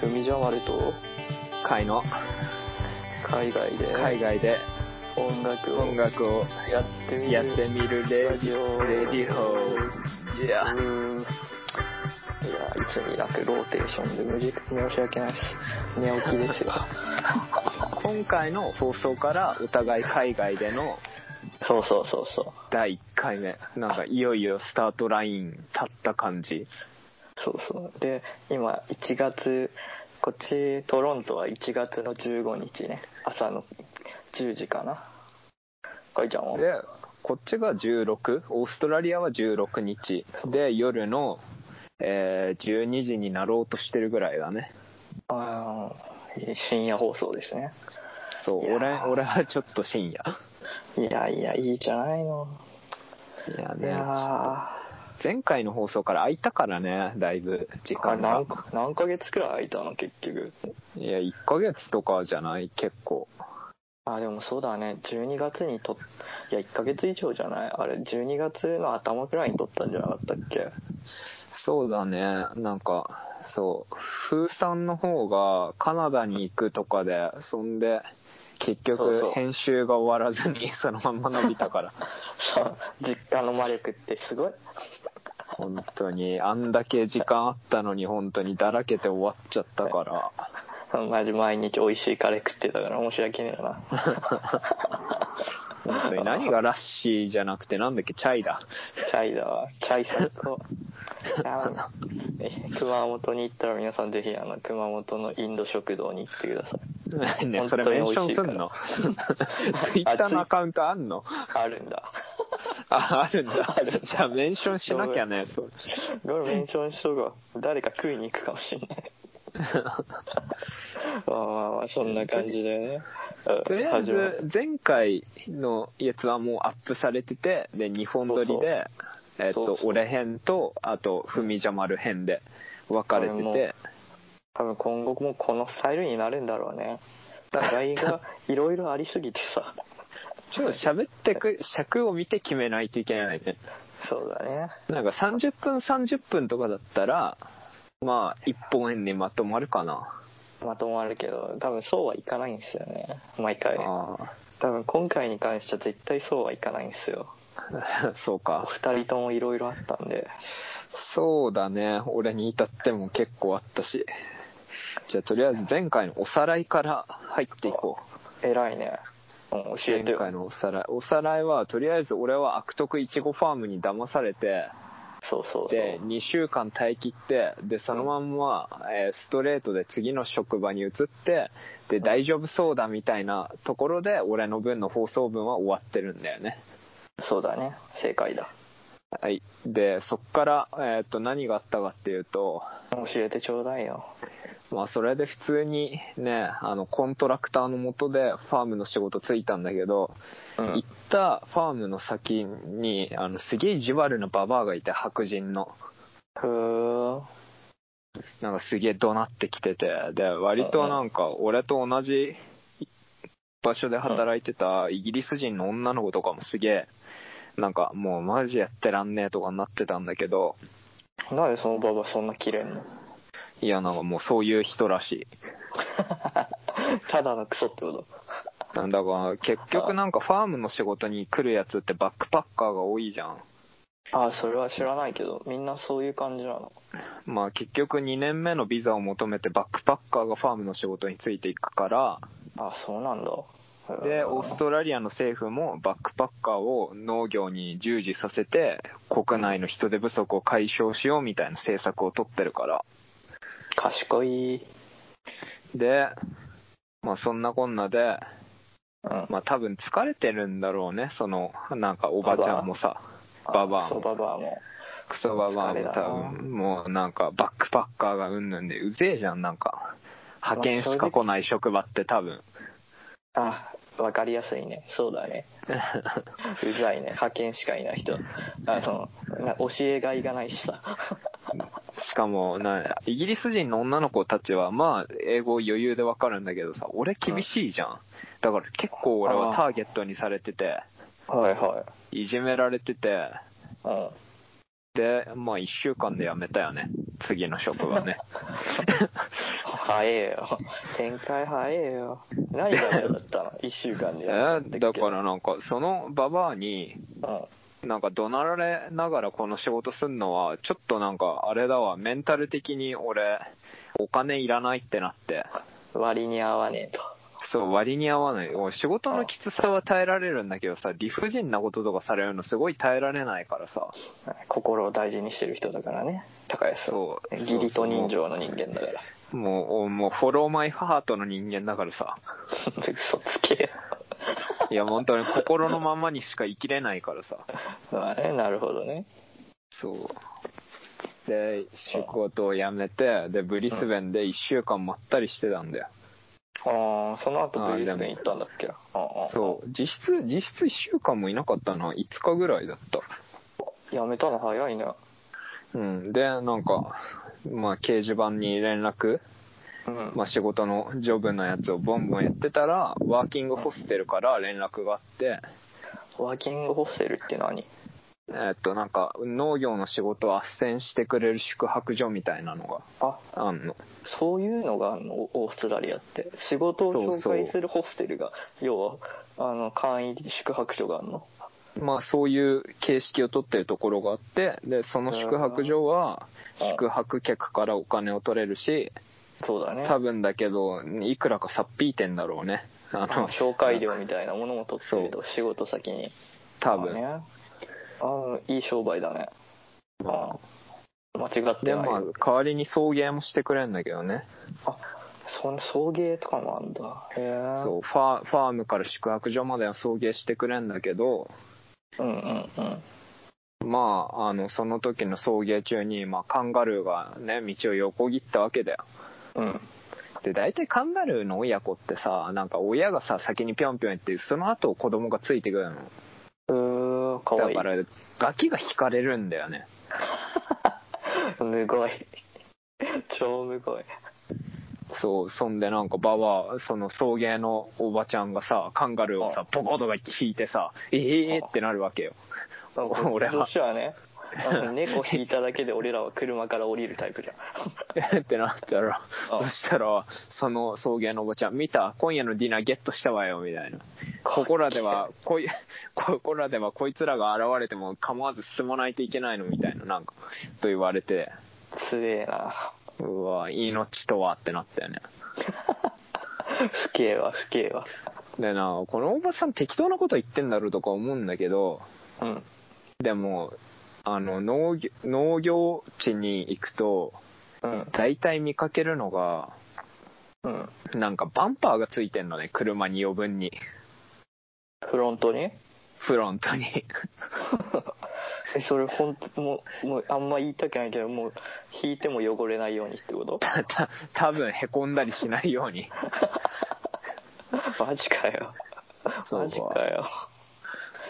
ふみじゃまると海の海外で海外で音楽を音楽をやってみるやってみるレディオレディオいやうーんいやいつになくローテーションで無事申し訳ないし寝起き ですよ今回の放送からお互い海外でのそうそうそうそう第1回目なんかいよいよスタートライン立った感じそうそうで今1月こっちトロントは1月の15日ね朝の10時かなかいちゃんはでこっちが16オーストラリアは16日で夜の、えー12時になろうとしてるぐらいだねあー深夜放送ですねそういやー俺俺はちょっと深夜いやいやいいじゃないのいやいやー前回の放送から空いたからねだいぶ時間が何か何ヶ月くらい空いたの結局いや1ヶ月とかじゃない結構あでもそうだね12月にといや1ヶ月以上じゃないあれ12月の頭くらいに撮ったんじゃなかったっけ そうだねなんかそう風さんの方がカナダに行くとかでそんで結そう局そう編集が終わらずに そのまま伸びたからさ実家の魔力ってすごい本当にあんだけ時間あったのに本当にだらけて終わっちゃったからマジ毎日美味しいカレー食ってたから申し訳ねえ な本当に何がラッシーじゃなくてなんだっけチャイだ チャイだわチャイ最高あのえ熊本に行ったら皆さんぜひあの熊本のインド食堂に行ってくださいね本そ当れにメン美ショ味しンいすかん のらツイッターのアカウントあんのあるんだああるんだあるじゃあメンションしなきゃねそう俺メンションしとくわ誰か食いに行くかもし んないまあまあまあそんな感じだよねうんとりあえ始まるず前回のやつはもうアップされててで2本撮りでえっそとうそう俺編とあとふみじゃまる編で分かれてあれもて多分今後もこのスタイルになるんだろうね互いがいろいろありすぎてさ ちょっと喋ってく尺を見て決めないといけないねそうだねなんか30分30分とかだったらまあ1本円にまとまるかなまとまるけど多分そうはいかないんですよね毎回ああ多分今回に関しては絶対そうはいかないんですよ そうおか二人ともいろいろあったんでそうだね俺に至っても結構あったしじゃあとりあえず前回のおさらいから入っていこう偉いね、うん、教え前てよ回のおさらいおさらいはとりあえず俺は悪徳いちごファームに騙されてそうそうそうで2週間待機ってでそのまんま、えーストレートで次の職場に移ってで大丈夫そうだみたいなところで俺の分の放送分は終わってるんだよねそうだね正解だはいでそっから、えーっと何があったかっていうと教えてちょうだいよまあそれで普通にねあのコントラクターのもとでファームの仕事ついたんだけど、うん行ったファームの先にあのすげえ意地悪なババアがいて白人のふーんなんかすげえ怒鳴ってきててで割となんか俺と同じ場所で働いてたイギリス人の女の子とかもすげえなんかもうマジやってらんねえとかなってたんだけどなんでそのババそんな切れんのいやなんかもうそういう人らしい ただのクソってこなんだか結局なんかファームの仕事に来るやつってバックパッカーが多いじゃんとああそれは知らないけどみんなそういう感じなのまあ結局2年目のビザを求めてバックパッカーがファームの仕事についていくからああそうなんだでオーストラリアの政府もバックパッカーを農業に従事させて国内の人手不足を解消しようみたいな政策を取ってるから賢いでまあそんなこんなでうんまあ多分疲れてるんだろうねそのなんかおばちゃんもさババアそうもババアもクソババアも多分もうなんかバックパッカーがうんぬんでうぜえじゃんなんか派遣しか来ない職場って多分あわかりやすいねそうだ ねうざいね派遣しかいない人あのな教えがいがないしさしかもなイギリス人の女の子たちはまあ英語余裕でわかるんだけどさ俺厳しいじゃんだから結構俺はターゲットにされててはいはいじめられててうんでまあ1週間で辞めたよね次の職場ね早えよ。展開早えよ。何が嫌だ ったの ?1 週間でえやったんーだっだけからなんか、そのババアに、うん。なんか怒鳴られながらこの仕事すんのは、ちょっとなんか、あれだわ、メンタル的に俺、お金いらないってなって、割に合わねえと。そう、割に合わない。俺仕事のきつさは耐えられるんだけどさ、理不尽なこととかされるのすごい耐えられないからさ、心を大事にしてる人だからね。高安はそう義理と人情の人間だから。もう、おもう、フォローマイハートの人間だからさ、嘘つけよ。いや、本当に心のままにしか生きれないからさ、まあね、なるほどね。そう。で、仕事を辞めて、で、ブリスベンで1週間まったりしてたんだよ。ああ、その後あーブリスベンでも行ったんだっけうそう。実質、実質1週間もいなかったな。5日ぐらいだった。。やめたの早いね。うん。で、なんか、まあ、掲示板に連絡、うん。まあ、仕事のジョブのやつをボンボンやってたら、ワーキングホステルから連絡があって、ワーキングホステルって何えーっと、なんか、農業の仕事を斡旋してくれる宿泊所みたいなのがあ、あんの。そういうのがあんのオオーストラリアって。仕事を紹そうそ介うするホステルが、要は、あの、簡易宿泊所があんのまあ、そういう形式をとってるところがあって、で、その宿泊所は、うん宿泊客からお金を取れるし、そうだね。多分だけど、いくらかさっぴいてんだろうね。あの、紹介料みたいなものも取ってると、仕事先に。多分。まあね。ああ、いい商売だね。ま間違っあてで、ないまあよ。、代わりに送迎もしてくれるんだけどね。あ、そん送迎とかもあんだ。へえ。そう、ファーファームから宿泊所までは送迎してくれるんだけど、う。うんうんうん。まあ、あの、その時の送迎中に、まあ、カンガルーがね、道を横切ったわけだよ。うん。で、大体カンガルーの親子ってさ、なんか親がさ、先にぴょんぴょん行って、その後子供がついてくるの。うーん、かわいだいか。ら、ガキが引かれるんだよね。むごい。超むごい。そう、そんでなんかババア、その送迎のおばちゃんがさ、カンガルーをあさ、ポコとか引いてさ、ええーってなるわけよ。なんか俺は女子はね、あ の猫引いただけで俺らは車から降りるタイプじゃん。 ってなったら、あそしたら、その送迎のおばちゃん、見た今夜のディナーゲットしたわよ、みたいな。ここらでは、こい、 ここらではこいつらが現れても構わず進まないといけないの、みたいな、なんか、と言われて、強えな。うわ、命とはってなったよね。不敬は不敬は。でな、このおばさん適当なこと言ってんだろうとか思うんだけど、うん。でも、あの農業、農業地に行くと、うん。大体見かけるのが、うん。なんかバンパーがついてんのね、車に余分に。フロントに フロントに。 えそれ本当もうもうあんま言いたくないけどもう引いても汚れないようにってこと た、た、多分へこんだりしないように。マジかよそうマジかよ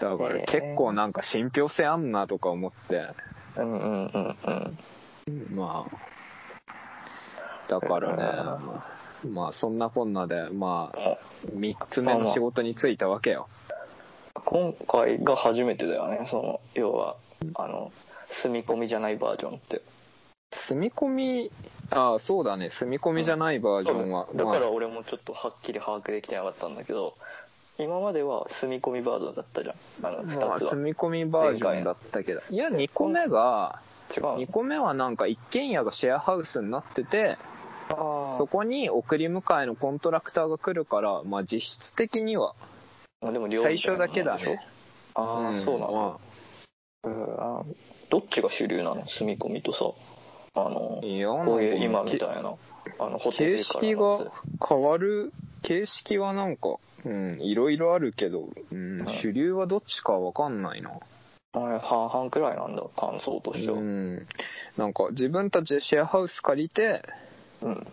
だからへえ結構なんか信憑性あんなとか思って、うんうんうんうんまあ、だからね、まあそんなこんなで、まあ、3つ目の仕事に就いたわけよ。今回が初めてだよねその要はあの住み込みじゃないバージョンって住み込み、ああ、そうだね、住み込みじゃないバージョンは、だまからあ、俺もちょっとはっきり把握できてなかったんだけど今までは住み込みバージョンだったじゃんあの2まあ、つ住はみ込みバージョンだったけど。いや、2個目が、違う2個目はなんか一軒家がシェアハウスになってて、ああそこに送り迎えのコントラクターが来るから、まあ実質的には、まあでも両方最初だけだね。ああ、んそうなんだまうんあどっちが主流なの住み込みとさあのあいや、こういうな今んかみたいなあのホテル形から式のやが変わる、形式はなんか、うん、いろいろあるけど、うんはい、主流はどっちかわかんないな。つあれ半々くらいなんだ感想としてはううんん。なんか自分たちでシェアハウス借りて、うん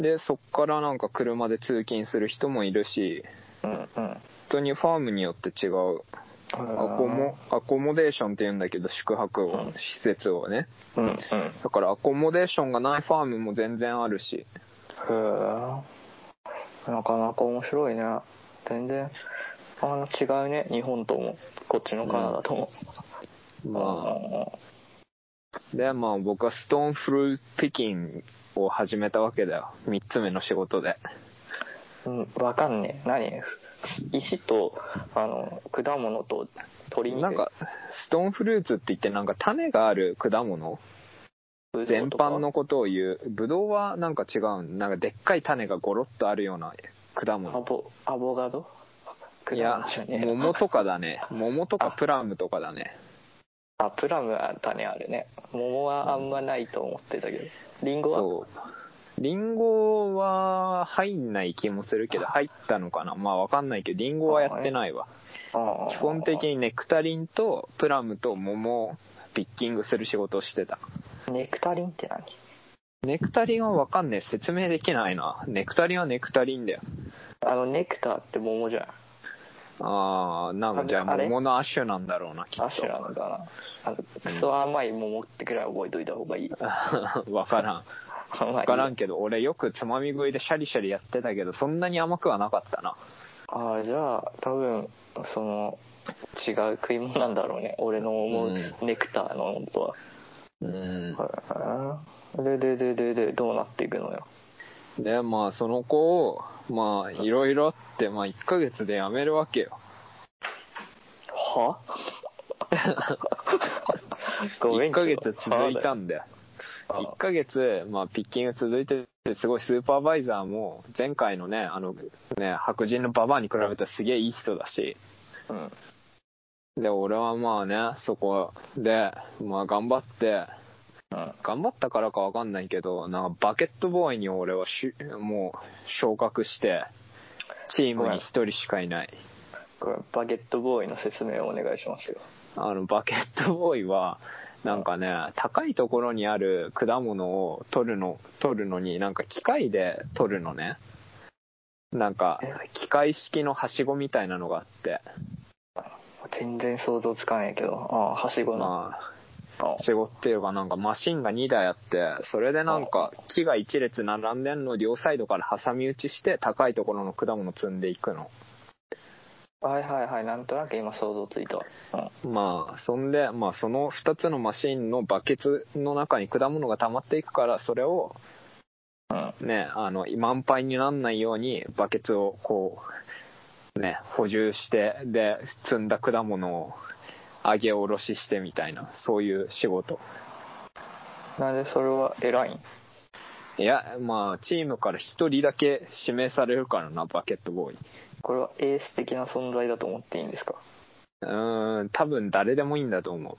で、そっからなんか車で通勤する人もいるし、うん本当にファームによって違う。アアコモ、アコモデーションって言うんだけど、宿泊を、うん施設をね。うんうんへだからアコモデーションがないファームも全然あるし。えなかなか面白いね全然あの違うね日本ともこっちのカナダとも、まああ、で、まあ僕はストーンフルーピキンを始めたわけだよ3つ目の仕事でうん、わかんねえ。何石と、あの、果物と鶏肉。なんかストーンフルーツって言ってなんか種がある果物ブド全ウとか般。のことを言うブドウはなんか違うんなんかでっかい種がゴロッとあるような果ア物ボ、アボガド果いや物じゃねえ桃とかだね桃とかあプラムとかだねあ、プラムは種あるね。桃はあんまないと思ってたけど。リンゴはそうリンゴは入んない気もするけど入ったのかなまあわかんないけどリンゴはやってないわあー基本的にネクタリンとプラムと桃をピッキングする仕事をしてたネクタリンって何ネクタリンはわかんねえ説明できないなネクタリンはネクタリンだよあの、ネクターって桃じゃん。ああなんかじゃああれ桃の亜種なんだろうなきっとアシュラのだな。あの、クソ甘い桃ってくらい覚えといた方がいい。 わからん甘い。わからんけど俺よくつまみ食いでシャリシャリやってたけどそんなに甘くはなかったなああじゃあ多分その違う食い物なんだろうね俺の思ううネクターの本当は、うんはいでででででどうなっていくのよでまあその子をまあいろいろあってまあ1ヶ月で辞めるわけよ はごめ1んけどヶ月続いたんだよあ1ヶ月、まあ、ピッキング続いててすごいスーパーバイザーも前回のねあのね白人のババアに比べたらすげえいい人だしうんで俺はまあねそこで、まあ、頑張ってうん頑張ったからかわかんないけどなんかバケットボーイに俺はしもう昇格してチームに1人しかいないこれバゲットボーイの説明をお願いしますよあのバケットボーイはなんかね高いところにある果物を取るの取るのになんか機械で取るのねなんか機械式のはしごみたいなのがあって全然想像つかないけどああはしごの、まああはしごっていうかなんかマシンが2台あってそれでなんか木が1列並んでんのを両サイドから挟み撃ちして高いところの果物積んでいくのはいはいはいなんとなく今想像ついたわうんまあそんで、まあ、その2つのマシンのバケツの中に果物が溜まっていくからそれをうんね、あの満杯にならないようにバケツをこう、ね、補充してで積んだ果物を上げ下ろししてみたいなそういう仕事なんでそれは偉いんいやまあチームから1人だけ指名されるからなバケットボーイこれはエース的な存在だと思っていいんですか うーん多分誰でもいいんだと思う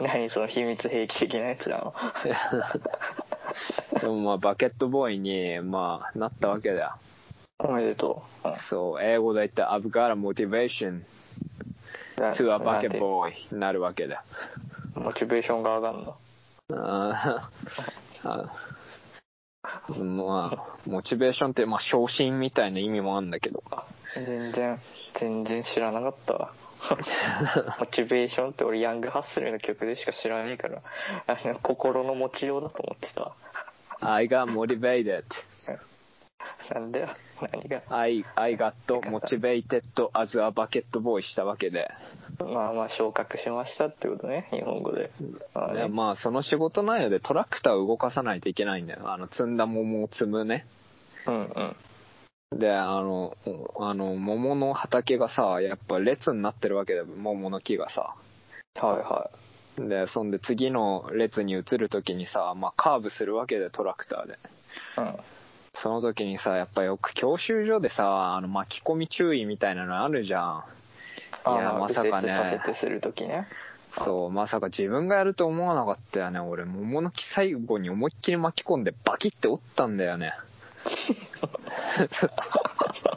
何その秘密兵器的なやつなのでもまあバケットボーイに、まあ、なったわけだよおめでとう、うんそう英語で言った「I've got a motivation な to a なん bucket て boy」になるわけだよモチベーションが上がるのあーあーまあモチベーションって、まあ、昇進みたいな意味もあるんだけど全然全然知らなかったわモチベーションって俺ヤングハッスルの曲でしか知らないからあの心の持ちようだと思ってたわ I got motivated なんだよ何が I, I got motivated as a bucket boy したわけでまあまあ昇格しましたってことね日本語で、まあねでまあその仕事内容でトラクターを動かさないといけないんだよあの積んだ桃を積むねうんうんであのあの桃の畑がさやっぱ列になってるわけだよ桃の木がさはいはでそんで次の列に移るときにさ、まあ、カーブするわけでトラクターでいうんその時にさやっぱよく教習所でさあの巻き込み注意みたいなのあるじゃんいあやーまさかね右折左折するときね そうまさか自分がやると思わなかったよね俺桃の木最後に思いっきり巻き込んでバキって折ったんだよね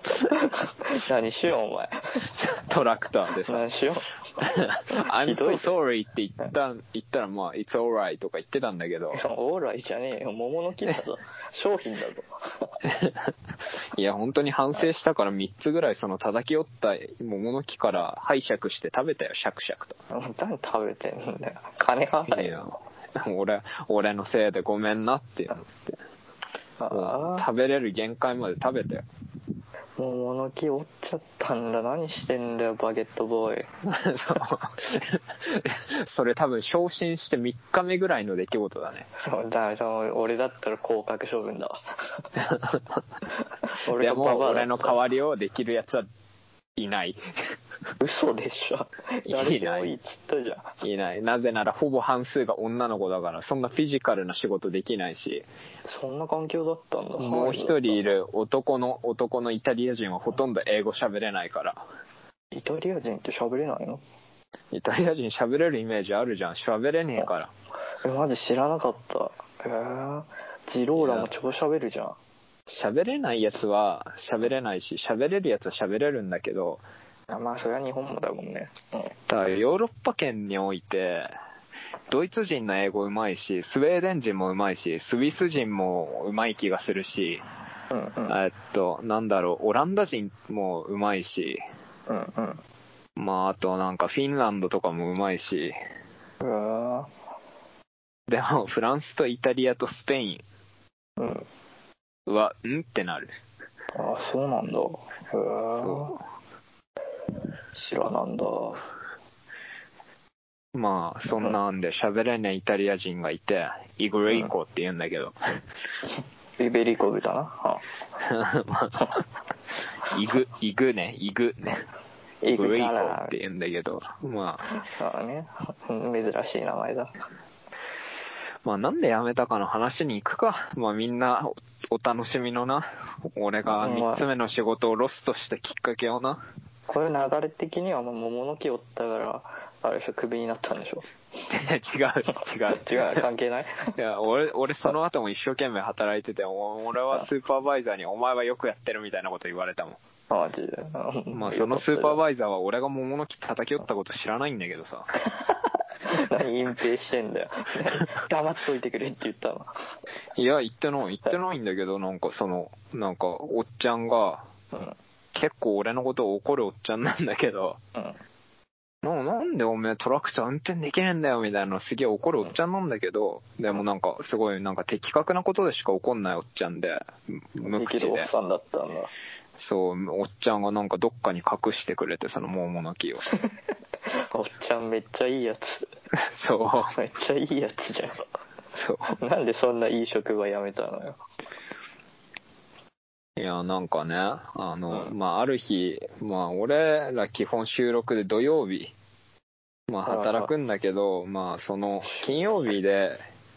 何しようお前トラクターで さ何しよう I'm ひど so い sorry って言った言ったらまあ It's alright とか言ってたんだ けどいやオーライじゃねえよ桃の木だぞ商品だぞ いや本当に反省したから3つぐらいその叩き折った桃の木から拝借して食べたよシャクシャクと何食べてんだよ金払いえやよ俺俺のせいでごめんなっていうあ 食べれる限界まで食べたよもう物気折っちゃったんだ何してんだよバゲットボーイそう。それ多分昇進して3日目ぐらいの出来事だね。そうだその俺だったら降格処分だ わでもババアだっ俺たらの代わりをできるやつはいない。嘘でしょ いない誰でもいいっつったじゃんいない。なぜならほぼ半数が女の子だから、そんなフィジカルな仕事できないし、そんな環境だったんだもう一人いる男の、男のイタリア人はほとんど英語喋れないから。イタリア人って喋れないのイタリア人喋れるイメージあるじゃん。喋れねえから。えマジ知らなかったえー、ジローラも超喋るじゃん喋れないやつは喋れないし、喋れるやつは喋れるんだけど、あまあそれは日本もだもんね、うん、だからヨーロッパ圏においてドイツ人の英語うまいしスウェーデン人もうまいしスイス人もうまい気がするし、うんうんえっとなんだろうオランダ人もうまいしうんうんまああとなんかフィンランドとかもうまいしうわでもフランスとイタリアとスペイーうんンはんってなるあそうなんだうわそー知らなんだうまあそんなんで喋れねえイタリア人がいてイグレイコって言うんだけど、イベリコ豚なあまあイグイグねイグねイグレイコラって言うんだけど、まあ、あねうん珍しい名前だまあなんでやめたかの話に行くか。まあみんなおお楽しみのな。俺がうんまあ3つ目の仕事をロスとしたきっかけをな。 これ流れ的にはもう桃の木折ったからあれでしょクビになったんでしょ違う、違う。違う関係ない いや俺俺その後も一生懸命働いててお俺はスーパーバイザーに「お前はよくやってる」みたいなこと言われたもマジで、うんんまあそのスーパーイバイザーは俺が桃の木叩き寄ったこと知らないんだけどさ 何隠蔽してんだよ黙っといてくれって言ったのいや言ってない言ってないんだけどなんかそのなんかおっちゃんがうん結構俺のことを怒るおっちゃんなんだけど、うんななんでおめえトラクター運転できねえんだよみたいなのすげえ怒るおっちゃんなんだけど、でもなんかすごいなんか的確なことでしか怒んないおっちゃんで、む無でき口るおっで。さんだったんだそう、おっちゃんがなんかどっかに隠してくれて、その桃の木を。 おっちゃんめっちゃいいやつそう、めっちゃいいやつじゃそんなんでそんないい職場辞めたのよう。いや、なんかね、あの、うんまあ、ある日、まあ、俺ら基本収録で土曜日、まあ、働くんだけど、まあ、その、金曜日で、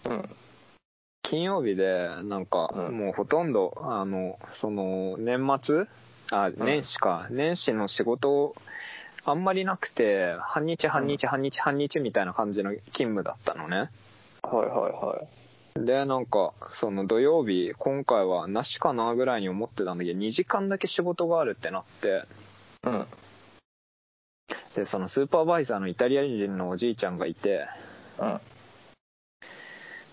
うん金曜日でなんかうんもうほとんど、あのその年末あ年始か、年始の仕事をあんまりなくて半日半日半日半日みたいな感じの勤務だったのねはいはいはいでなんかその土曜日今回はなしかなぐらいに思ってたんだけど2時間だけ仕事があるってなってうんでそのスーパーバイザーのイタリア人のおじいちゃんがいてうん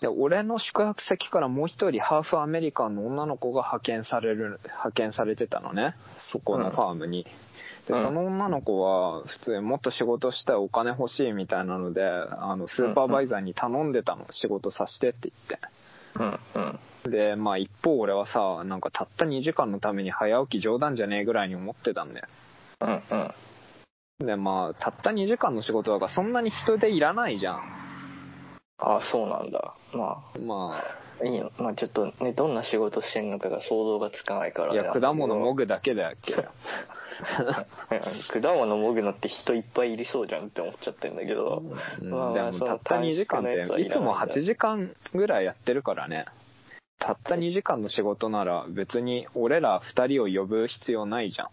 で俺の宿泊先からもう一人ハーフアメリカンの女の子が派遣される派遣されてたのねそこのファームに、うでんその女の子は普通にもっと仕事したいお金欲しいみたいなのであのスーパーバイザーに頼んでたの、仕事させてって言っうんうんてでまあ一方俺はさなんかたった2時間のために早起き冗談じゃねえぐらいに思ってたんだようんうんでまあたった2時間の仕事だからそんなに人でいらないじゃんあそうなんだままああいいよまあちょっとねどんな仕事してんのかが想像がつかないからいや果物もぐだけだっけうん 果物もぐのって人いっぱいいりそうじゃんって思っちゃってんだけど、うんまあでまあもそのたった2時間短縮のやつはっていらつないんもだ8時間ぐらいやってるからねたった2時間の仕事なら別に俺ら2人を呼ぶ必要ないじゃ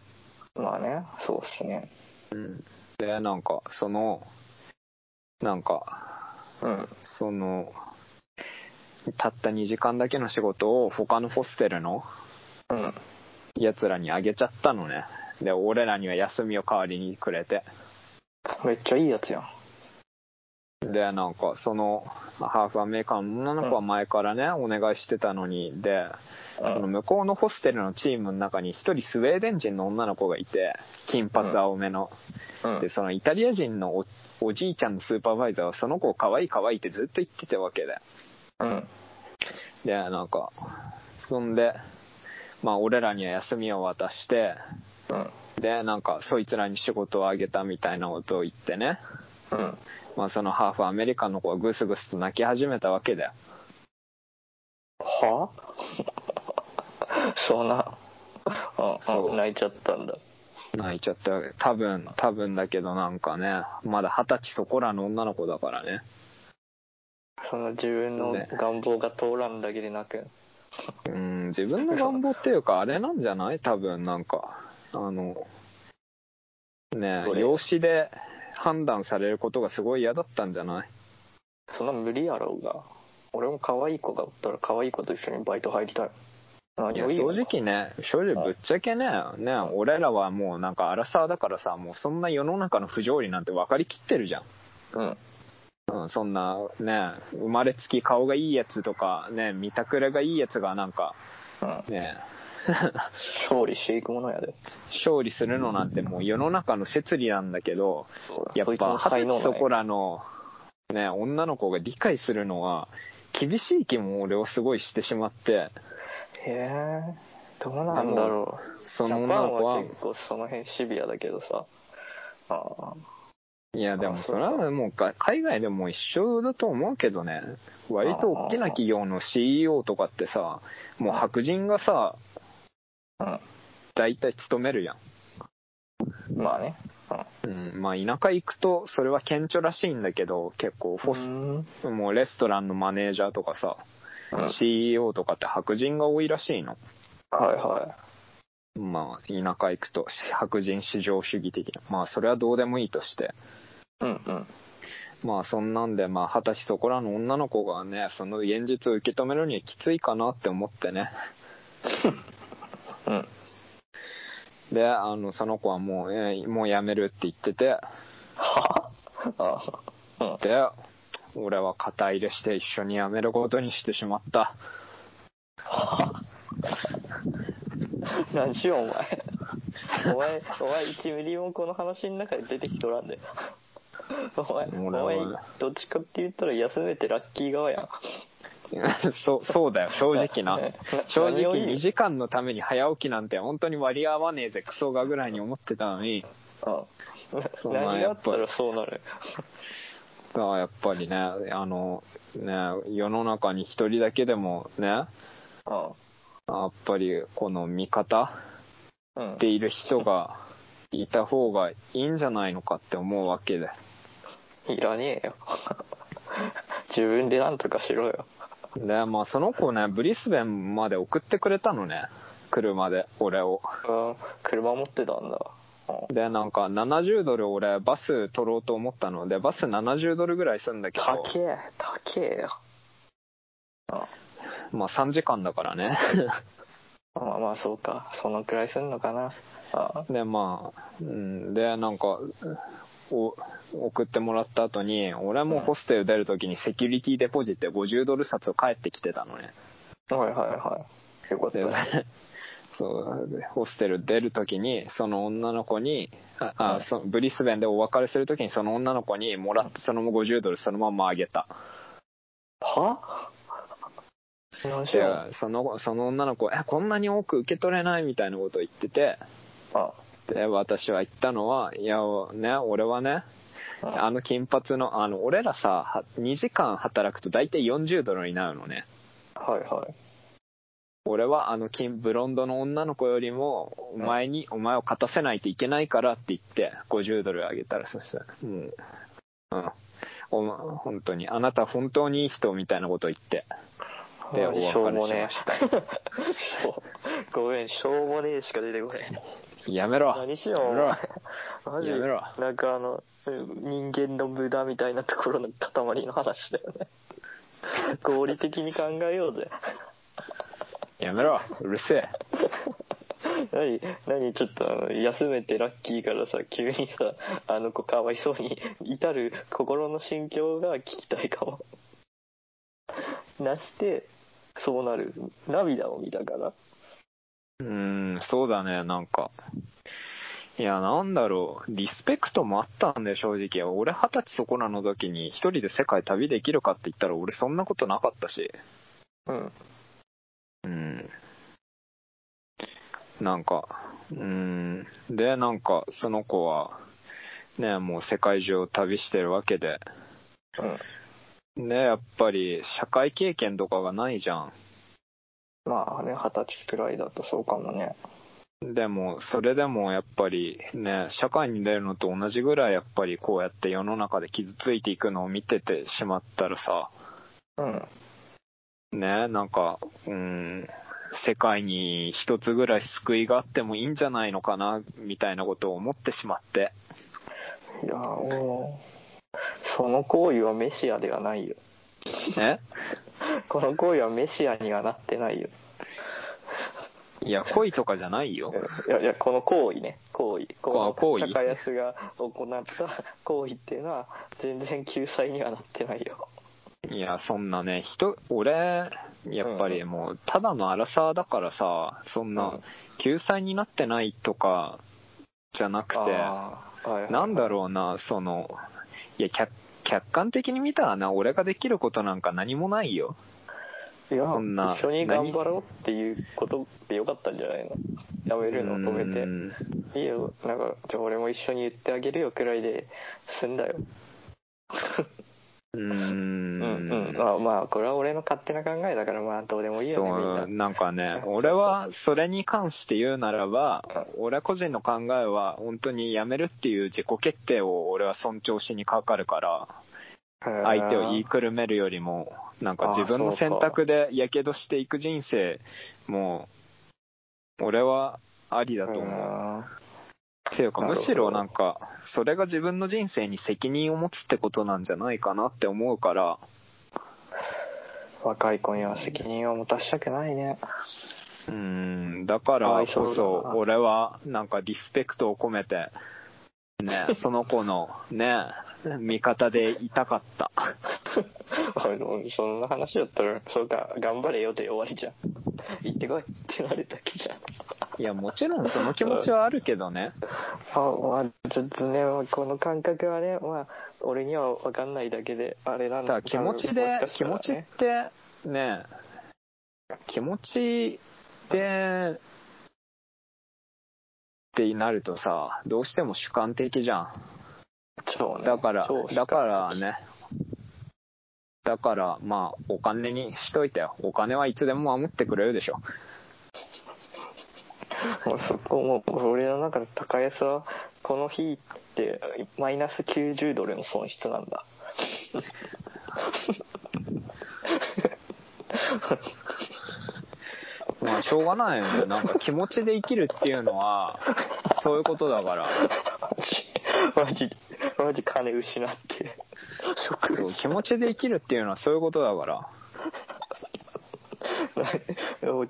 ん、まあねそうっすねでなんかそのなんかうんそのたった2時間だけの仕事を他のホステルのうんやつらにあげちゃったのねで俺らには休みを代わりにくれてめっちゃいいやつやんでなんかそのハーフアメリカンの女の子は前からね、お願いしてたのにでそのうん向こうのホステルのチームの中に一人スウェーデン人の女の子がいて金髪青めの、うんでそのイタリア人のおおじいちゃんのスーパーバイザーはその子を可愛い可愛いってずっと言ってたわけでうんでなんかそんでまあ俺らには休みを渡して、うんで、なんかそいつらに仕事をあげたみたいなことを言ってね、うんまあそのハーフアメリカの子はぐすぐすと泣き始めたわけだよ。は そんな、うんそうん、う泣いちゃったんだ泣いちゃったわけ多分、多分だけどなんかね、まだ二十歳そこらの女の子だからね。その自分のね願望が通らんだけでなく、うん、自分の願望っていうか、あれなんじゃない多分、なんか、あの、ねどえ、れ養子で判断されることがすごい嫌だったんじゃないそんな無理やろうが俺も可愛い子がおったら可愛い子と一緒にバイト入りたいい何やを言う正の直ね、正直ぶっちゃけね、ねえ俺らはもうなんかアラサーだからさ、もうそんな世の中の不条理なんて分かりきってるじゃん。うんうん、そんなね、生まれつき顔がいいやつとか、ね、見たくれがいいやつがなんか、うんね、勝利していくものやで 勝利するのなんてもう世の中の摂理なんだけど、そうだやっそいつぱの二才十能歳なそいこらの、ね、女の子が理解するのは、厳しい気も俺はすごいしてしまって、へえどうなんだろうそのジャパ女のン子はは、結構その辺シビアだけどさああいやでもあそれはもうか海外でも一緒だと思うけどね、割と大きな企業の CEO とかってさ、もう白人がさ、うん大体勤めるやん。まあねうん、まあ田舎行くとそれは顕著らしいんだけど結構フォうス、んもうレストランのマネージャーとかさ、うん CEO とかって白人が多いらしいのはいはまあ田舎行くと白人至上主義的なまあそれはどうでもいいとしていうんうんまあそんなんでまあ二十歳そこらの女の子がねその現実を受け止めるにはきついかなって思ってねうんであのその子はもう、えーもうやめるって言っててはああうんで俺は肩入れして一緒にやめることにしてしまった 何しようお前お前お前1ミリもこの話の中で出てきとらんで お前お俺は前どっちかって言ったら休めてラッキー側やんそうそうだよ正 直な正何を直言う2時間のために早起きなんて本当に割り合わねえぜクソがぐらいに思ってたのにうそんうまあ何があったらそうなるだからやっぱりねあのね世の中に一人だけでもねうやっぱりこの味方んうんでいる人がいた方がいいんじゃないのかって思うわけでいらねえよ 自分で何とかしろよでまあその子ねブリスベンまで送ってくれたのね車で俺をうん車持ってたんだうんでなんか70ドル俺バス取ろうと思ったのでバス70ドルぐらいするんだけど高え高えよまあ3時間だからねうんまあまあそうかそのくらいすんのかなあでまあ、うん、でなんかお送ってもらった後に俺もホステル出る時にセキュリティデポジって50ドル札を返ってきてたのねはいはいはいよかったでね そうでホステル出る時にその女の子にあうあんそブリスベンでお別れする時にその女の子にもらってその50ドルそのままあげたは何しでよそのその女の子えこんなに多く受け取れないみたいなことを言っててうあで私は言ったのはいやね俺はねああの金髪の、あの、俺らさ、は2時間働くと大体40ドルになるのね。はいはい俺はあの金、ブロンドの女の子よりも、お前に、お前を勝たせないといけないからって言って、50ドルあげたら、そしたら、もう、うん。お前本当に、あなた本当にいい人みたいなこと言って、で、おうん別れしょうもしねました。えそうごめんしょうもねえしか出てこないやめろ何しようやめろマジやめろなんかあの人間の無駄みたいなところの塊の話だよ ね合理的に考えようぜやめろうるせえ 何何ちょっとあの休めてラッキーからさ急にさあの子かわいそうに至る心の心境が聞きたいかも なしてそうなる涙を見たからうーん、そうだね、なんか。いや、なんだろう。リスペクトもあったんで、正直。俺、二十歳そこらの時に、一人で世界旅できるかって言ったら、俺、そんなことなかったし。うんうん。なんか、うーん。で、なんか、その子は、ね、もう世界中を旅してるわけで、うん。ね、やっぱり、社会経験とかがないじゃまあね、二十歳くらいだとそうかもね。ん。でも、それでもやっぱり、ね、社会に出るのと同じぐらい、やっぱりこうやって世の中で傷ついていくのを見ててしまったらさ、うん。ね、なんか、うーん、世界に一つぐらい救いがあってもいいんじゃないのかな、みたいなことを思ってしまって。いやー、もう、その行為はメシアではないよ。ねこの行為はメシアにはなってないよ。いや、恋とかじゃないよ。いやいや、この行為ね、行為。あ行為高安が行った行為っていうのは、全然救済にはなってないよ。いや、そんなね、人、俺、やっぱりもう、ただの荒さだからさ、そんう、なん救済になってないとか、じゃなくて、あーはいはいなんだろうな、その、いや、客、客観的に見たらな、俺ができることなんか何もないよ。いやそんな一緒に頑張ろうっていうことでよかったんじゃないのやめるのを止うめんていいよなんかじゃあ俺も一緒に言ってあげるよくらいで済んだよううーんんうん、まあまあこれは俺の勝手な考えだからまあどうでもいいよねみんそう、なん かね、俺はそれに関して言うならば、俺個人の考えは本当にやめるっていう自己決定を俺は尊重しにかかるから、な相手を言いくくるめるよりも、なんかあー自分の選択でやけどしていく人生、もう、俺はありだと思う。ていうか、なるほむどしろなんか、それが自分の人生に責任を持つってことなんじゃないかなって思うから、若い子には責任を持たしたくないねうーんだからかわこいそうそだな俺はなんかリスペクトを込めて ねその子のね味方でいたかったあのそんな話だったらそうか頑張れよで終わりじゃん 行ってこいってなるだけじゃんいやもちろんその気持ちはあるけどねあまあちょっとねこの感覚はねまあ俺には分かんないだけであれなんただだ気持ち多で分もしかし気たら持ねちってね気持ちでってなるとさどうしても主観的じゃんそうねだからそう、しだからね。だから、まあ、お金にしといてよ。お金はいつでも守ってくれるでしょ。もうそこもう俺の中で高安はこの日ってマイナス90ドルの損失なんだまあ、しょうがないよね。なんか気持ちで生きるっていうのは、そういうことだから。マジマジ金失って 食そう気持ちで生きるっていうのはそういうことだから。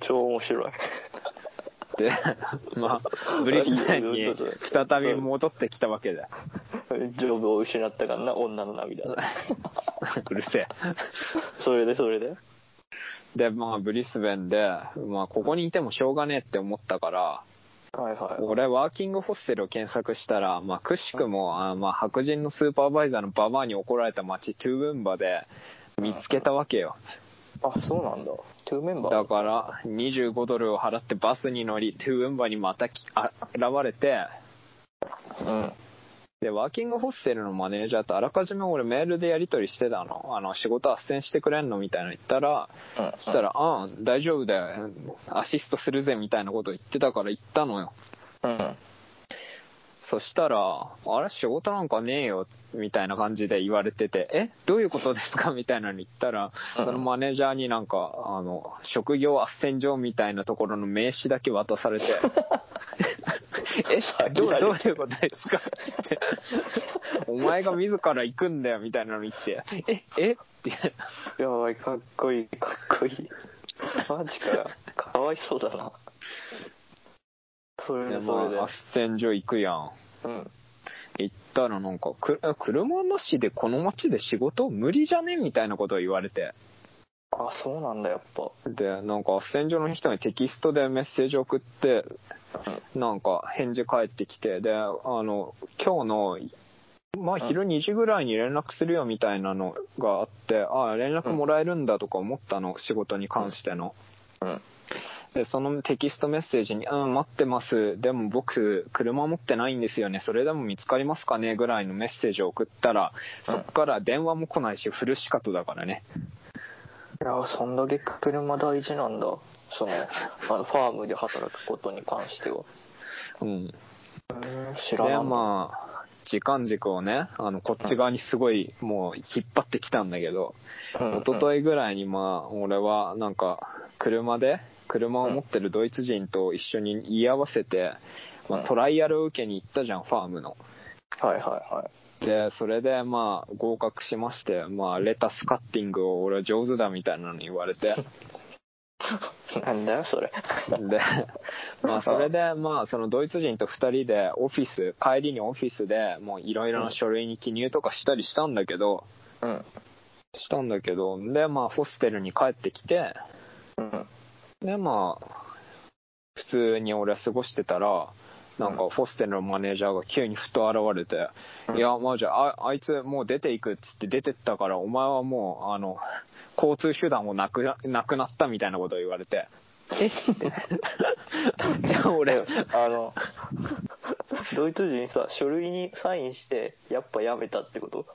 超面白いで、まあ、ブリスベンに再び戻ってきたわけだよ。 ジョブを失ったからな女の涙うるせえ。 それでそれでで、まあ、ブリスベンで、まあ、ここにいてもしょうがねえって思ったから、はいはい俺ワーキングホステルを検索したら、まあ、くしくもあ、まあ、白人のスーパーバイザーのババアに怒られた町トゥーブンバで見つけたわけよあそうなんだトゥーメンバーだから25ドルを払ってバスに乗りトゥーブンバにまたきあ現れてうんでワーキングホステルのマネージャーとあらかじめ俺メールでやり取りしてたのあの仕事斡旋してくれんのみたいなの言ったらそしたら「あん大丈夫だよアシストするぜ」みたいなこと言ってたから行ったのようんそしたら、あれ仕事なんかねえよ、みたいな感じで言われてて、えどういうことですかみたいなの言ったら、うんそのマネージャーになんか、あの、職業斡旋場みたいなところの名刺だけ渡され て、えどうどういうことですかってお前が自ら行くんだよ、みたいなの言って、ええって、やばいかっこいいかっこい いマジかかわいそうだなそれででまそれで、あ、斡旋所行くやん。うん行ったらなんか、く車なしでこの街で仕事無理じゃねみたいなことを言われて。あそうなんだやっぱでなんか斡旋所の人にテキストでメッセージ送ってなんか返事返ってきてであの今日のまあうん昼2時ぐらいに連絡するよみたいなのがあってあ連絡もらえるんだとか思ったの仕事に関してのうんでそのテキストメッセージに「うん待ってますでも僕車持ってないんですよねそれでも見つかりますかね」ぐらいのメッセージを送ったらそっから電話も来ないしフルシカトだからねいやそんだけ車大事なんだそのあのファームで働くことに関してはうん知らでん、ままあ時間軸をねあのこっち側にすごいもう引っ張ってきたんだけど、うん、一昨日ぐらいにまあ俺はなんか車で車を持ってるドイツ人と一緒に居合わせて、まうんあ、トライアルを受けに行ったじゃんファームのはいはいはいでそれでまあ合格しましてまあレタスカッティングを俺は上手だみたいなのに言われてなんだよそれで まあそれでまあそのドイツ人と2人でオフィス帰りにオフィスでもういろいろな書類に記入とかしたりしたんだけどうんしたんだけどでまあホステルに帰ってきてうんでまあ普通に俺は過ごしてたらなんかホステルのマネージャーが急にふと現れて「うんいやまあじゃあああいつもう出ていく」っつって出てったからお前はもうあの交通手段もなくななくなったみたいなことを言われて「 えっ?」てじゃあ俺あのドイツ人さ書類にサインしてやっぱやめたってこと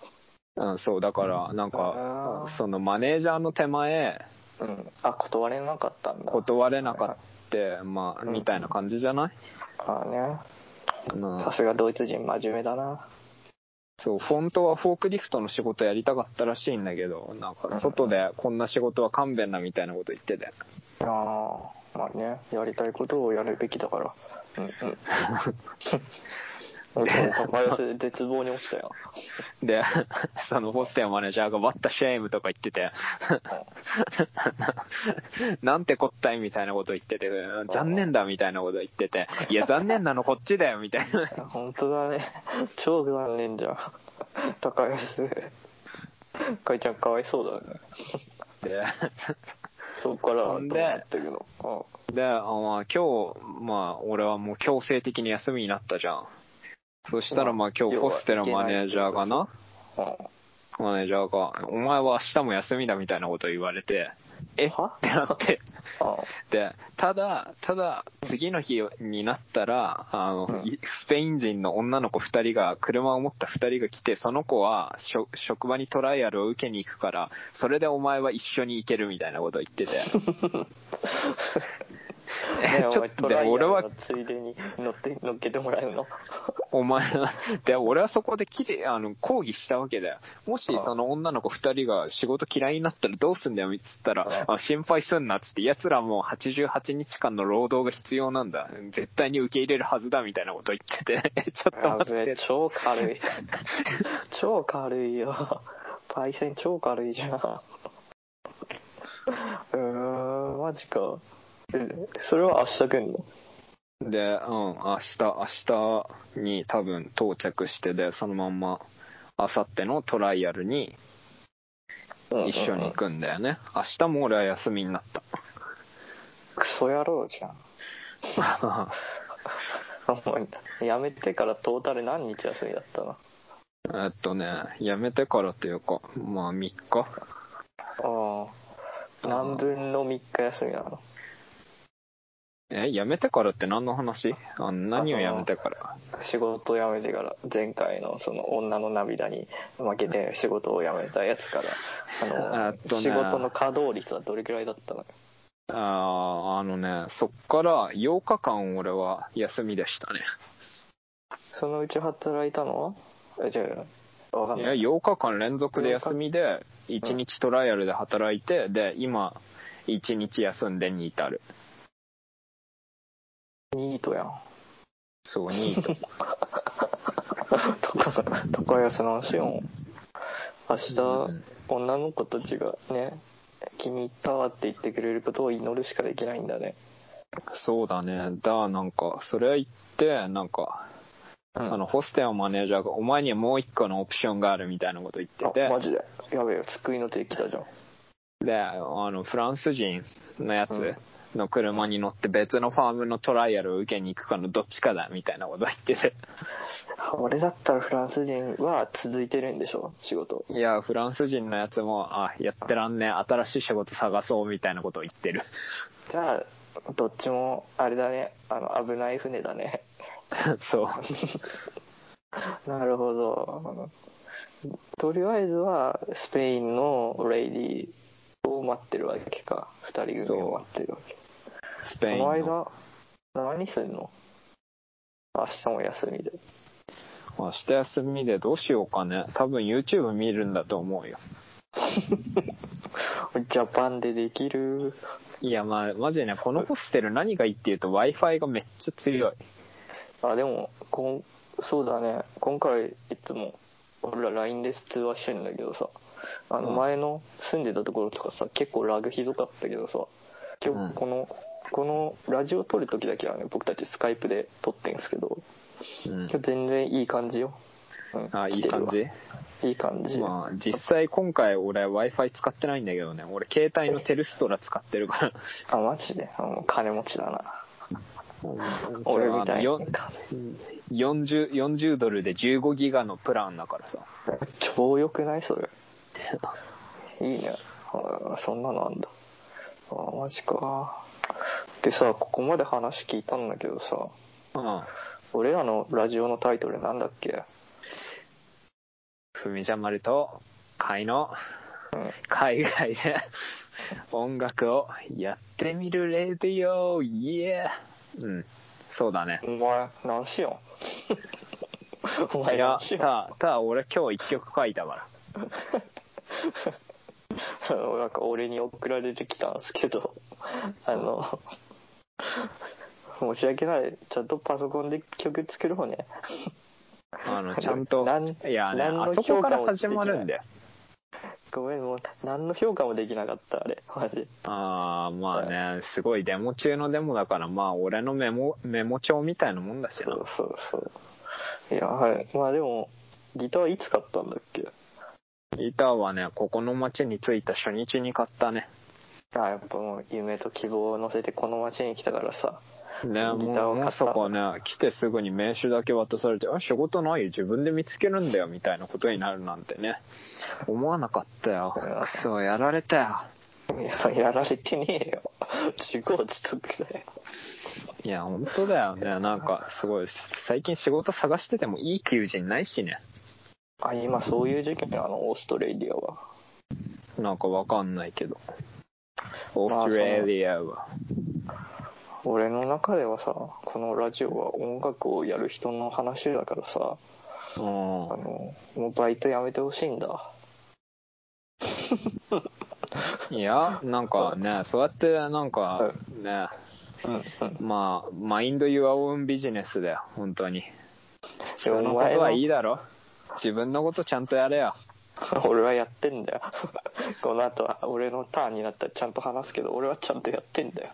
うん、そうだからなんあかーそのマネージャーの手前うんあ断れなかったんだ断れなかったまあうんみたいな感じじゃない、ああねうんさすがドイツ人真面目だなそうフォントはフォークリフトの仕事やりたかったらしいんだけどなんか外でこんな仕事は勘弁なみたいなこと言っててああまあねやりたいことをやるべきだからうんうん 高安で絶望に落ちたよで そのホステルマネージャーが「ワッタシェーム」とか言って てなんてこったいみたいなこと言ってて残念だみたいなこと言ってていや残念なのこっちだよみたいな本当だね超残念じゃん高安かいちゃんかわいそうだねで そっからそはんどでうなってるのあで、あまあ、今日、まあ、俺はもう強制的に休みになったじゃん。そしたら、まあ、今日要はホステルマネージャーがな、あマネージャーが、お前は明日も休みだみたいなことを言われて、えっは てなって。あで、ただ、ただ、次の日になったら、あの、うんいスペイン人の女の子2人が、車を持った2人が来て、その子はしょ職場にトライアルを受けに行くから、それでお前は一緒に行けるみたいなことを言ってて。 ねえお ちょ前っとトライアル俺はのついでに乗って乗っけてもらうのお前は、で、俺はそこできれあの、抗議したわけだよ。もしああ、その女の子二人が仕事嫌いになったらどうすんだよ、っつったら、ああ心配すんな、っつって、奴らもう88日間の労働が必要なんだ。絶対に受け入れるはずだ、みたいなこと言ってて、 えちょっとや 待っべえて、超 軽い超軽いよパイセン超軽いじゃんうーんマジかえそれは明日来んので、うん、明日、明日に多分到着して、で、そのまんま、明後日のトライアルにうんうんうん一緒に行くんだよね。明日も俺は休みになった。クソ野郎じゃんもうやめてからトータル何日休みだったのえっとね、辞めてからというか、まあ3日。ああ何分の3日休みなのえ、辞めてからって何の話あの何を辞めてから仕事を辞めてから前回のその女の涙に負けて仕事を辞めたやつからあのえっとね仕事の稼働率はどれくらいだったのあーあのね、そっから8日間俺は休みでしたね。そのうち働いたのはえじゃあわかんいなや、い8日間連続で休みで、1日トライアルで働いて、で、今、1日休んでに至る。ニートやんそう、ニ ート。高安の話よ明日女の子たちがね気に入ったわって言ってくれることを祈るしかできないんだね、そうだね。だ、なんか、それ言って、なんか、うんあの、ホステルのマネージャーが、お前にはもう一個のオプションがあるみたいなこと言っててあ、マジでやべえよ救いの手来たじゃんであのフランス人のやうんつの車に乗って別のファームのトライアルを受けに行くかのどっちかだみたいなこと言ってて俺だったらフランス人は続いてるんでしょ仕事いやフランス人のやつもあやってらんねえ新しい仕事探そうみたいなことを言ってる じゃあどっちもあれだねあの危ない船だ ねそう。なるほどとりあえずはスペインのレディーを待ってるわけか2人組を待ってるわけスペインこのの間何するの明日も休みで明日休みでどうしようかね。多分 YouTube 見るんだと思うよ。ジャパンでできるいや、まあ、マジでね、このホステル何がいいっていうと Wi-Fi がめっちゃ強い。あでもこんそうだね今回いつも俺ら LINE で通話してるんだけどさあのうん前の住んでたところとかさ結構ラグひどかったけどさ今うん日この、このラジオ撮る時だけはね僕たちスカイプで撮ってんすけどう今。ん日全然いい感じよ、うんあ、いい感来てるじわいい感じ、まあ、実際今回俺 Wi-Fi 使ってないんだけどね。俺携帯のテルストラ使ってるから。あマジであもう金持ちだな俺みたいよ40 40ドルで15ギガのプランだからさ。超良くないそれいいねあそんなのあんだあマジかでさここまで話聞いたんだけどさうん。俺らのラジオのタイトルなんだっけふみじゃまると、会のうん、海外で音楽をやってみるレディオ、イエーうん。そうだね。お前何しよんお い前や何し、よんた、た、俺今日一曲書いたから。あのなんか俺に送られてきたんですけどあの申し訳ないちゃんとパソコンで曲作ろうねあの、ちゃん となん、いやね、何のあそこから評価もして始ないまるんだよ。ごめんもう何の評価もできなかったあれマジああ、まあね、すごいデモ中のデモだから、まあ俺のメモ、メモ帳みたいなもんだしそなう。そうそういやはいまあでもギターいつ買ったんだっけギターはね、ここの街に着いた初日に買ったね。あやっぱもう夢と希望を乗せてこの街に来たからさギね、ターもをう買まったさかね、来てすぐに名刺だけ渡されて、あ、仕事ないよ、自分で見つけるんだよ、みたいなことになるなんてね。思わなかったよ。くそ、やられたよ。いややられてねえよ 自業自得だよいや、本当だよね。なんか、すごい、最近仕事探しててもいい求人ないしね。あ今そういう時期にあのオーストレリアはなんかわかんないけど。オーストラリアは。俺の中ではさこのラジオは音楽をやる人の話だからさうあん。のもうバイトやめてほしいんだいや、なんかね、そうやって、なんかね、うんうんまあ、マインド・ユア・オン・ビジネスだよ、本当に。でも人のおこ前とのはいいだろ。自分のことちゃんとやれよ。 俺はやってんだよこの後は俺のターンになったらちゃんと話すけど俺はちゃんとやってんだよ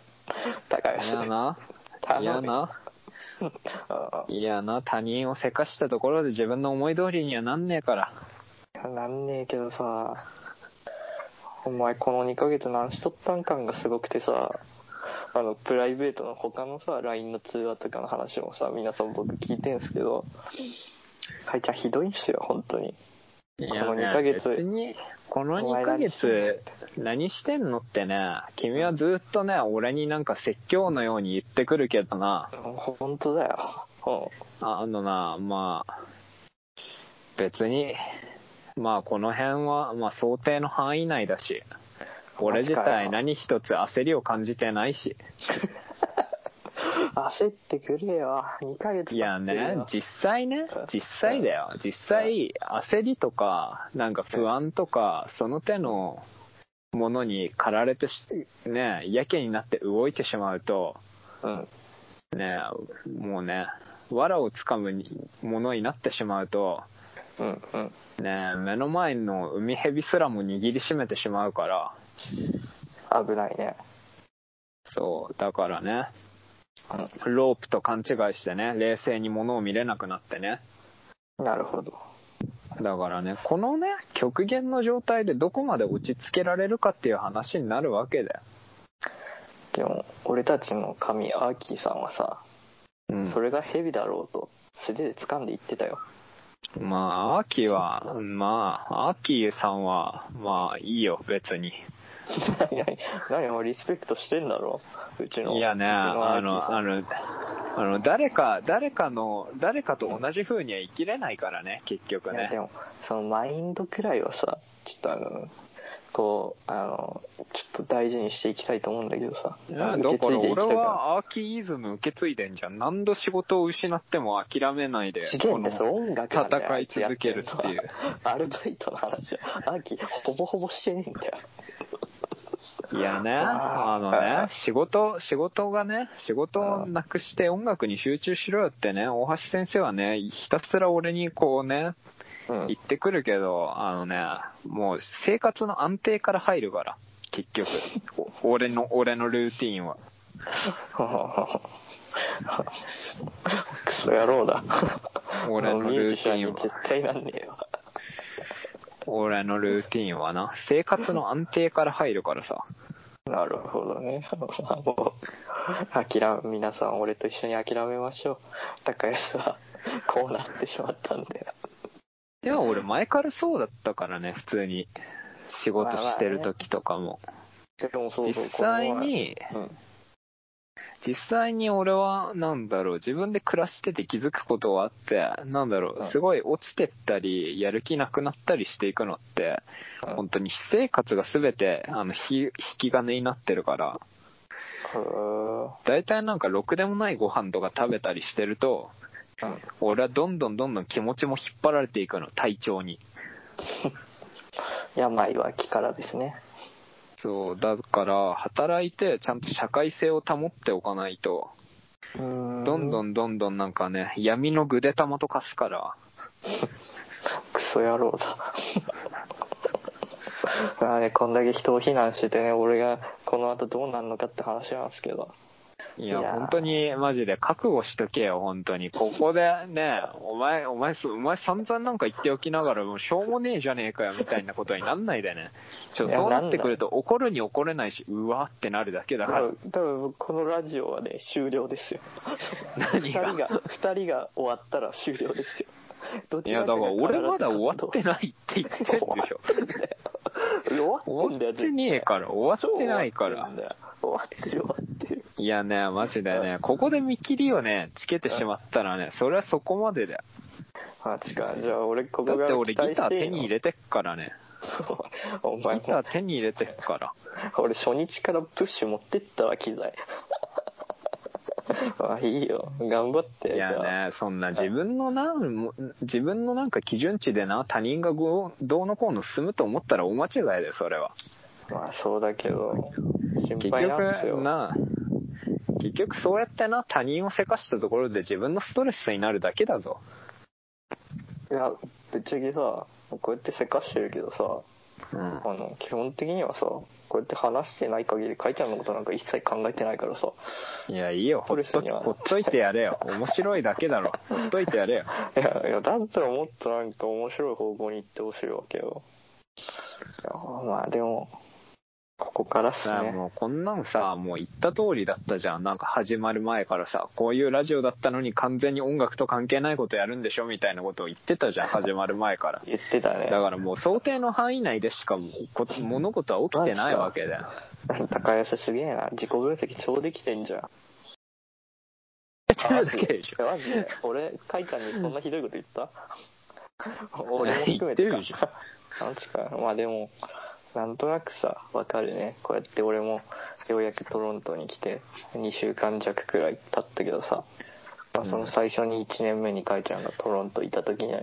高い橋やな。 頼むいやな。あいやな。他人をせかしたところで自分の思い通りにはなんねえから。あなんねえけどさお前この2ヶ月何しとったん感がすごくてさあのプライベートの他のさ LINE の通話とかの話もさ皆さん僕聞いてんすけどはいちゃんひどいんすよ本当にいのやね2ヶ月別に、このお前2ヶ月、何してんのってね、君はずっとね、俺になんか説教のように言ってくるけどな、本当だようああのな、まあ、別に、まあこの辺は、まあ想定の範囲内だし、俺自体何一つ焦りを感じてないし、ん焦ってくれよ2ヶ月経ってるよいやね、実際ね、実際だよ。実際、焦りとか、なんか不安とか、その手のものに駆られてし、ね、やけになって動いてしまうと、うんね、もうね、藁をつかむにものになってしまうと、うんうんね、目の前の海蛇すらも握りしめてしまうから、危ないねそう、だからね、うんロープと勘違いしてね、冷静に物を見れなくなってね、なるほど。だからね、このね、極限の状態でどこまで落ち着けられるかっていう話になるわけだよ。でも、俺たちの神、アーキーさんはさ、うんそれが蛇だろうと、素手で掴んで言ってたよ。 まあ、アーキーは、まあ、アーキーさんは、まあいいよ、別に。何何何もリスペクトしてんだろうちのいやね、うちあ兄貴の、さんあの、あの、誰か、誰かの、誰かと同じ風には生きれないからね、結局いやねで。もそのマインドくらいはさちょっとあのこうあのちょっと大事にしていきたいと思うんだけどさいやだ受けか継らいでいき俺たいからはアーキーイズム受け継いでんじゃん。何度仕事を失っても諦めないで、すげえこんのだよそれ音楽なんだよ戦い続けるっていう。アルバイトの話は秋ほぼほぼしてねえんだよいやね、あーあのはいはいね、仕事、仕事がね、仕事をなくして音楽に集中しろよってね、大橋先生はね、ひたすら俺にこうね、うん言ってくるけど、あのね、もう生活の安定から入るから、結局。 お俺の、俺のルーティンは。 クソ野郎だ俺のルもうミューーティンはジシャンに絶対なんねえわ 俺のルーティンはな、生活の安定から入るからさ。なるほどね。 もう、諦め、皆さん俺と一緒に諦めましょう。高橋さん、 こうなってしまったんだよ。いや、俺前からそうだったからね、普通に。仕事してる時とかも。でもそう実そう、際に、この前、実際に俺は、なんだろう、自分で暮らしてて気づくことはあって、なんだろうんう、すごい落ちてったり、やる気なくなったりしていくのって、うん本当に私生活が全て、あの、ひ引き金になってるから、うん。大体なんかろくでもないご飯とか食べたりしてると、うん俺はどんどんどんどん気持ちも引っ張られていくの、体調に。病は気からですね。そう、だから、働いて、ちゃんと社会性を保っておかないと、うーどんどんどんどんなんかね、闇のぐで玉と化すから、クソ野郎 だ。まあね、こんだけ人を非難しててね、俺がこの後どうなるのかって話なんですけど。いいや、やー本当に、マジで、覚悟しとけよ、本当に。ここでね、お前、お前、そうお前散々なんか言っておきながら、もうしょうもねえじゃねえかよ、みたいなことになんないでね。ちょ、いやそうなってくると、怒るに怒れないし、うわーってなるだけだ多から分、多分このラジオはね終了ですよ何が2人が二人が終わったら終了ですよどいや、だから俺まだ終わっ ていないって言ってるでしょ。終わってんだ終わよってねえから、終わってないか終わってらん。だよ終わってる終わってるいやね、マジでね、ここで見切りをね、つけてしまったらね、それはそこまでだよ。あ違うじゃあ俺こだこっがて俺ギター手に入れれてっからね。おギ前タもー手に入れてっから。 俺初日からプッシュ持ってったわ機材 まあいいよ頑張っていやね、そんな自分のな、も自分のなんか基準値でな、他人がごどうのこうの進むと思ったら大間違いだよ、それは。まあそうだけど心結配なんですよ局な、結局そうやってな、他人をせかしたところで自分のストレスになるだけだぞ。いやぶっちゃけさこうやってせかしてるけどさうん。あの基本的にはさこうやって話してない限りかいちゃんのことなんか一切考えてないからさいや、いいよ、ほっストとレスにはほっといてやれよ。面白いだけだろ。ほっといてやれよ。いやいやだったらもっとなんか面白い方向に行ってほしいわけよいやまあでもここからっさあすねもうこんなのさもう言った通りだったじゃんなんか始まる前からさこういうラジオだったのに完全に音楽と関係ないことやるんでしょみたいなことを言ってたじ ゃん始まる前から言ってたねだからもう想定の範囲内でしかもうこ物事は起きてないわけだよ 高安すげえな自己分析超できてんじゃん言ってるだけでしょマジでマジで俺かいちゃんにそんなひどいこと言った俺も含言めっててるじゃんなんちかまあでもなんとなくさわかるねこうやって俺もようやくトロントに来て2週間弱くらい経ったけどさ、まあ、その最初に1年目にかいちゃんがトロントいた時に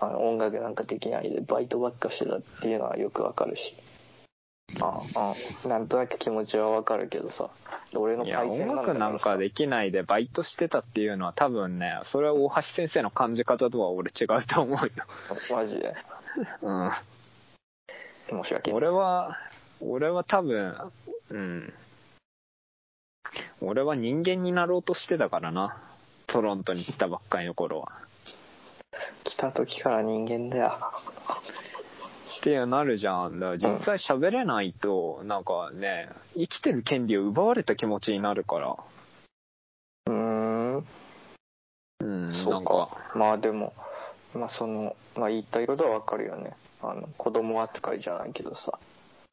あの音楽なんかできないでバイトばっかしてたっていうのはよくわかるしああなんとなく気持ちはわかるけどさ俺のいやパイセ音ン楽なんさかできないでバイトしてたっていうのは多分ねそれは大橋先生の感じ方とは俺違うと思うよマジでうん申し訳ない俺は俺は多分うん俺は人間になろうとしてたからなトロントに来たばっかりの頃は来た時から人間だよっていうなるじゃんだから実際喋れないとなんかね生きてる権利を奪われた気持ちになるからうーんうんそなうんかかまあでもまあそのまあ言いたいことはわかるよねあの子供扱いじゃないけどさ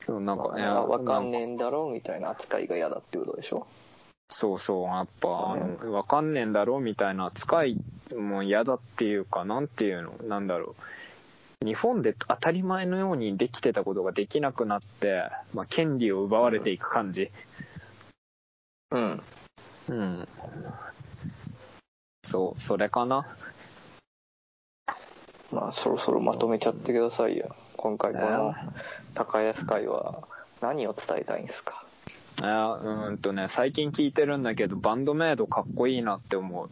そうなんか、いやあわかんねなんかえんだろみたいな扱いが嫌だってことでしょそうそう、やっぱ、あのわかんねえんだろみたいな扱いも嫌だっていうか、なんていうの、なんだろう。日本で当たり前のようにできてたことができなくなって、まあ、権利を奪われていく感じ。うんうん。そう、それかな。まあそろそろまとめちゃってくださいよ今回この高安会は何を伝えたいんですかあうーんとね、最近聞いてるんだけど、バンドメイドかっこいいなって思う。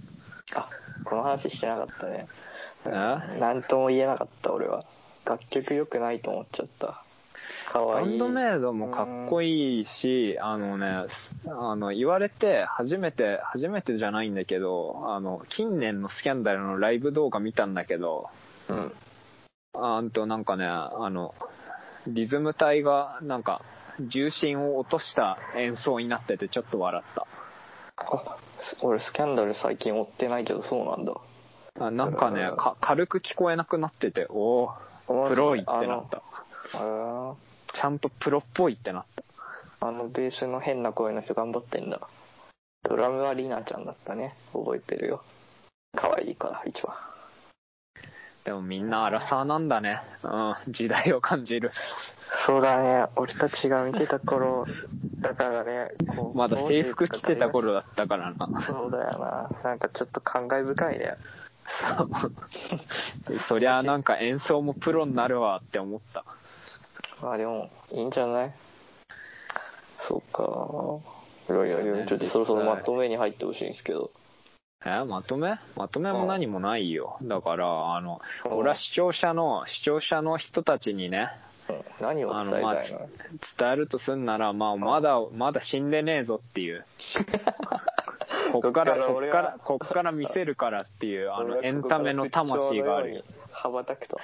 あこの話してなかったねえ何とも言えなかった俺は楽曲良くないと思っちゃったかわバいンいドメイドもかっこいいし、あのね、あの、言われて、初めて、初めてじゃないんだけど、あの、近年のスキャンダルのライブ動画見たんだけど、うんあんとなんかね、あの、リズム体が、なんか、重心を落とした演奏になってて、ちょっと笑っあす俺スキャンダル最近追ってないけどそうなんだた。あなんかねうんか軽く聞こえなくなってて、おおプロいってなった。あのちゃんとプロっぽいってなった。あのベースの変な声の人頑張ってんだドラムはリナちゃんだったね覚えてるよ可愛いから一番でもみんなアラサーなんだね。うん、時代を感じる。そうだね俺たちが見てた頃だからねこうまだ制服着てた頃だったからな。そうだよななんかちょっと感慨深いねそう。そりゃあなんか演奏もプロになるわって思った。まあでもいいんじゃないそうかいやいやいやちょっとそろそろまとめに入ってほしいんですけどえまとめまとめも何もないよ。だから、あの、うん俺は視聴者の、視聴者の人たちにね、うん何をあ伝えの、まあ、たいつの伝えるとすんなら、まあ、まだ、まだ死んでねえぞっていう。こっから、こっから、こっから見せるからっていう、あの、エンタメの魂があるよ。羽ばたくと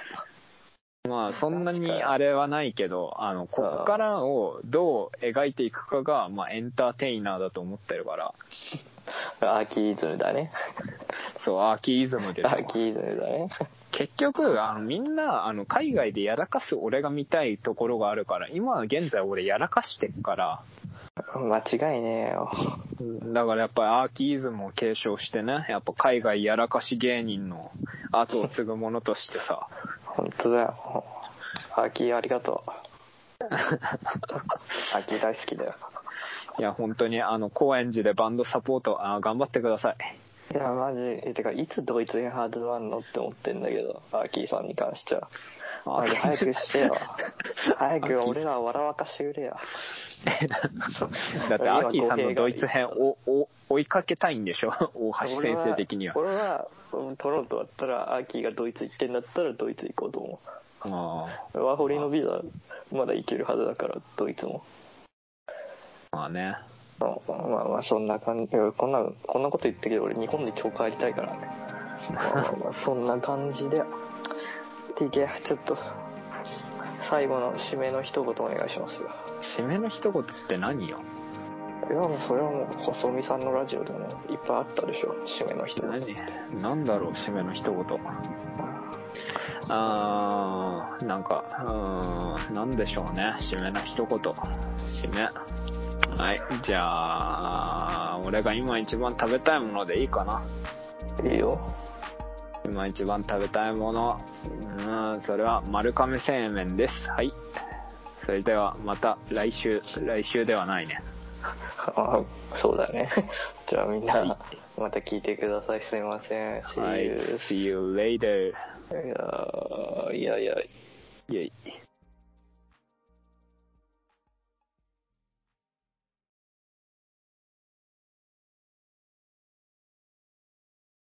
まあそんなに確かにあれはないけど、あの、ここからをどう描いていくかが、まあエンターテイナーだと思ってるから、アーキーイズムだ ねそう、アーキーイズムでアーキーイズムだね 結局、あの、みんな、あの、海外でやらかす俺が見たいところがあるから、今現在俺やらかしてるから、間違いねえよだからやっぱりアーキーイズムを継承してね、やっぱ海外やらかし芸人の後を継ぐものとしてさ、本当だよアーキーありがと うアーキー大好きだよいや、本当にあの、高円寺でバンドサポート、あ頑張ってください。いやマジえてかいつドイツ編始まるのって思ってんだけどアーキーさんに関してはマジ早くしてよ早く俺らを笑わかしてくれよだって、アーキーさんのドイツ編をお追いかけたいんでしょ 大橋先生的には。俺は俺はうんトロントだったらアーキーがドイツ行ってんだったらドイツ行こうと思あうワーホリのビザまだ行けるはずだからドイツもあまあね。まあまあまあそんな感じいやこんなこんなこと言ってるけど俺日本で超帰りたいからねまあまあまあそんな感じで TK ちょっと最後の締めの一言お願いしますよ締めの一言って何よいやもうそれはもう細見さんのラジオでもいっぱいあったでしょ締めの一言何何だろう、締めの一言。あー、なんか、うーん、なんでしょうね。締めの一言。締め。はい。じゃあ、俺が今一番食べたいものでいいかな。いいよ今一番食べたいものうーんそれは丸亀製麺ですはいそれではまた来週来週ではないねあそうだね じゃあみんはいなまた聞いてくださいすいません、はい See you See you later いやーいやいやイェイ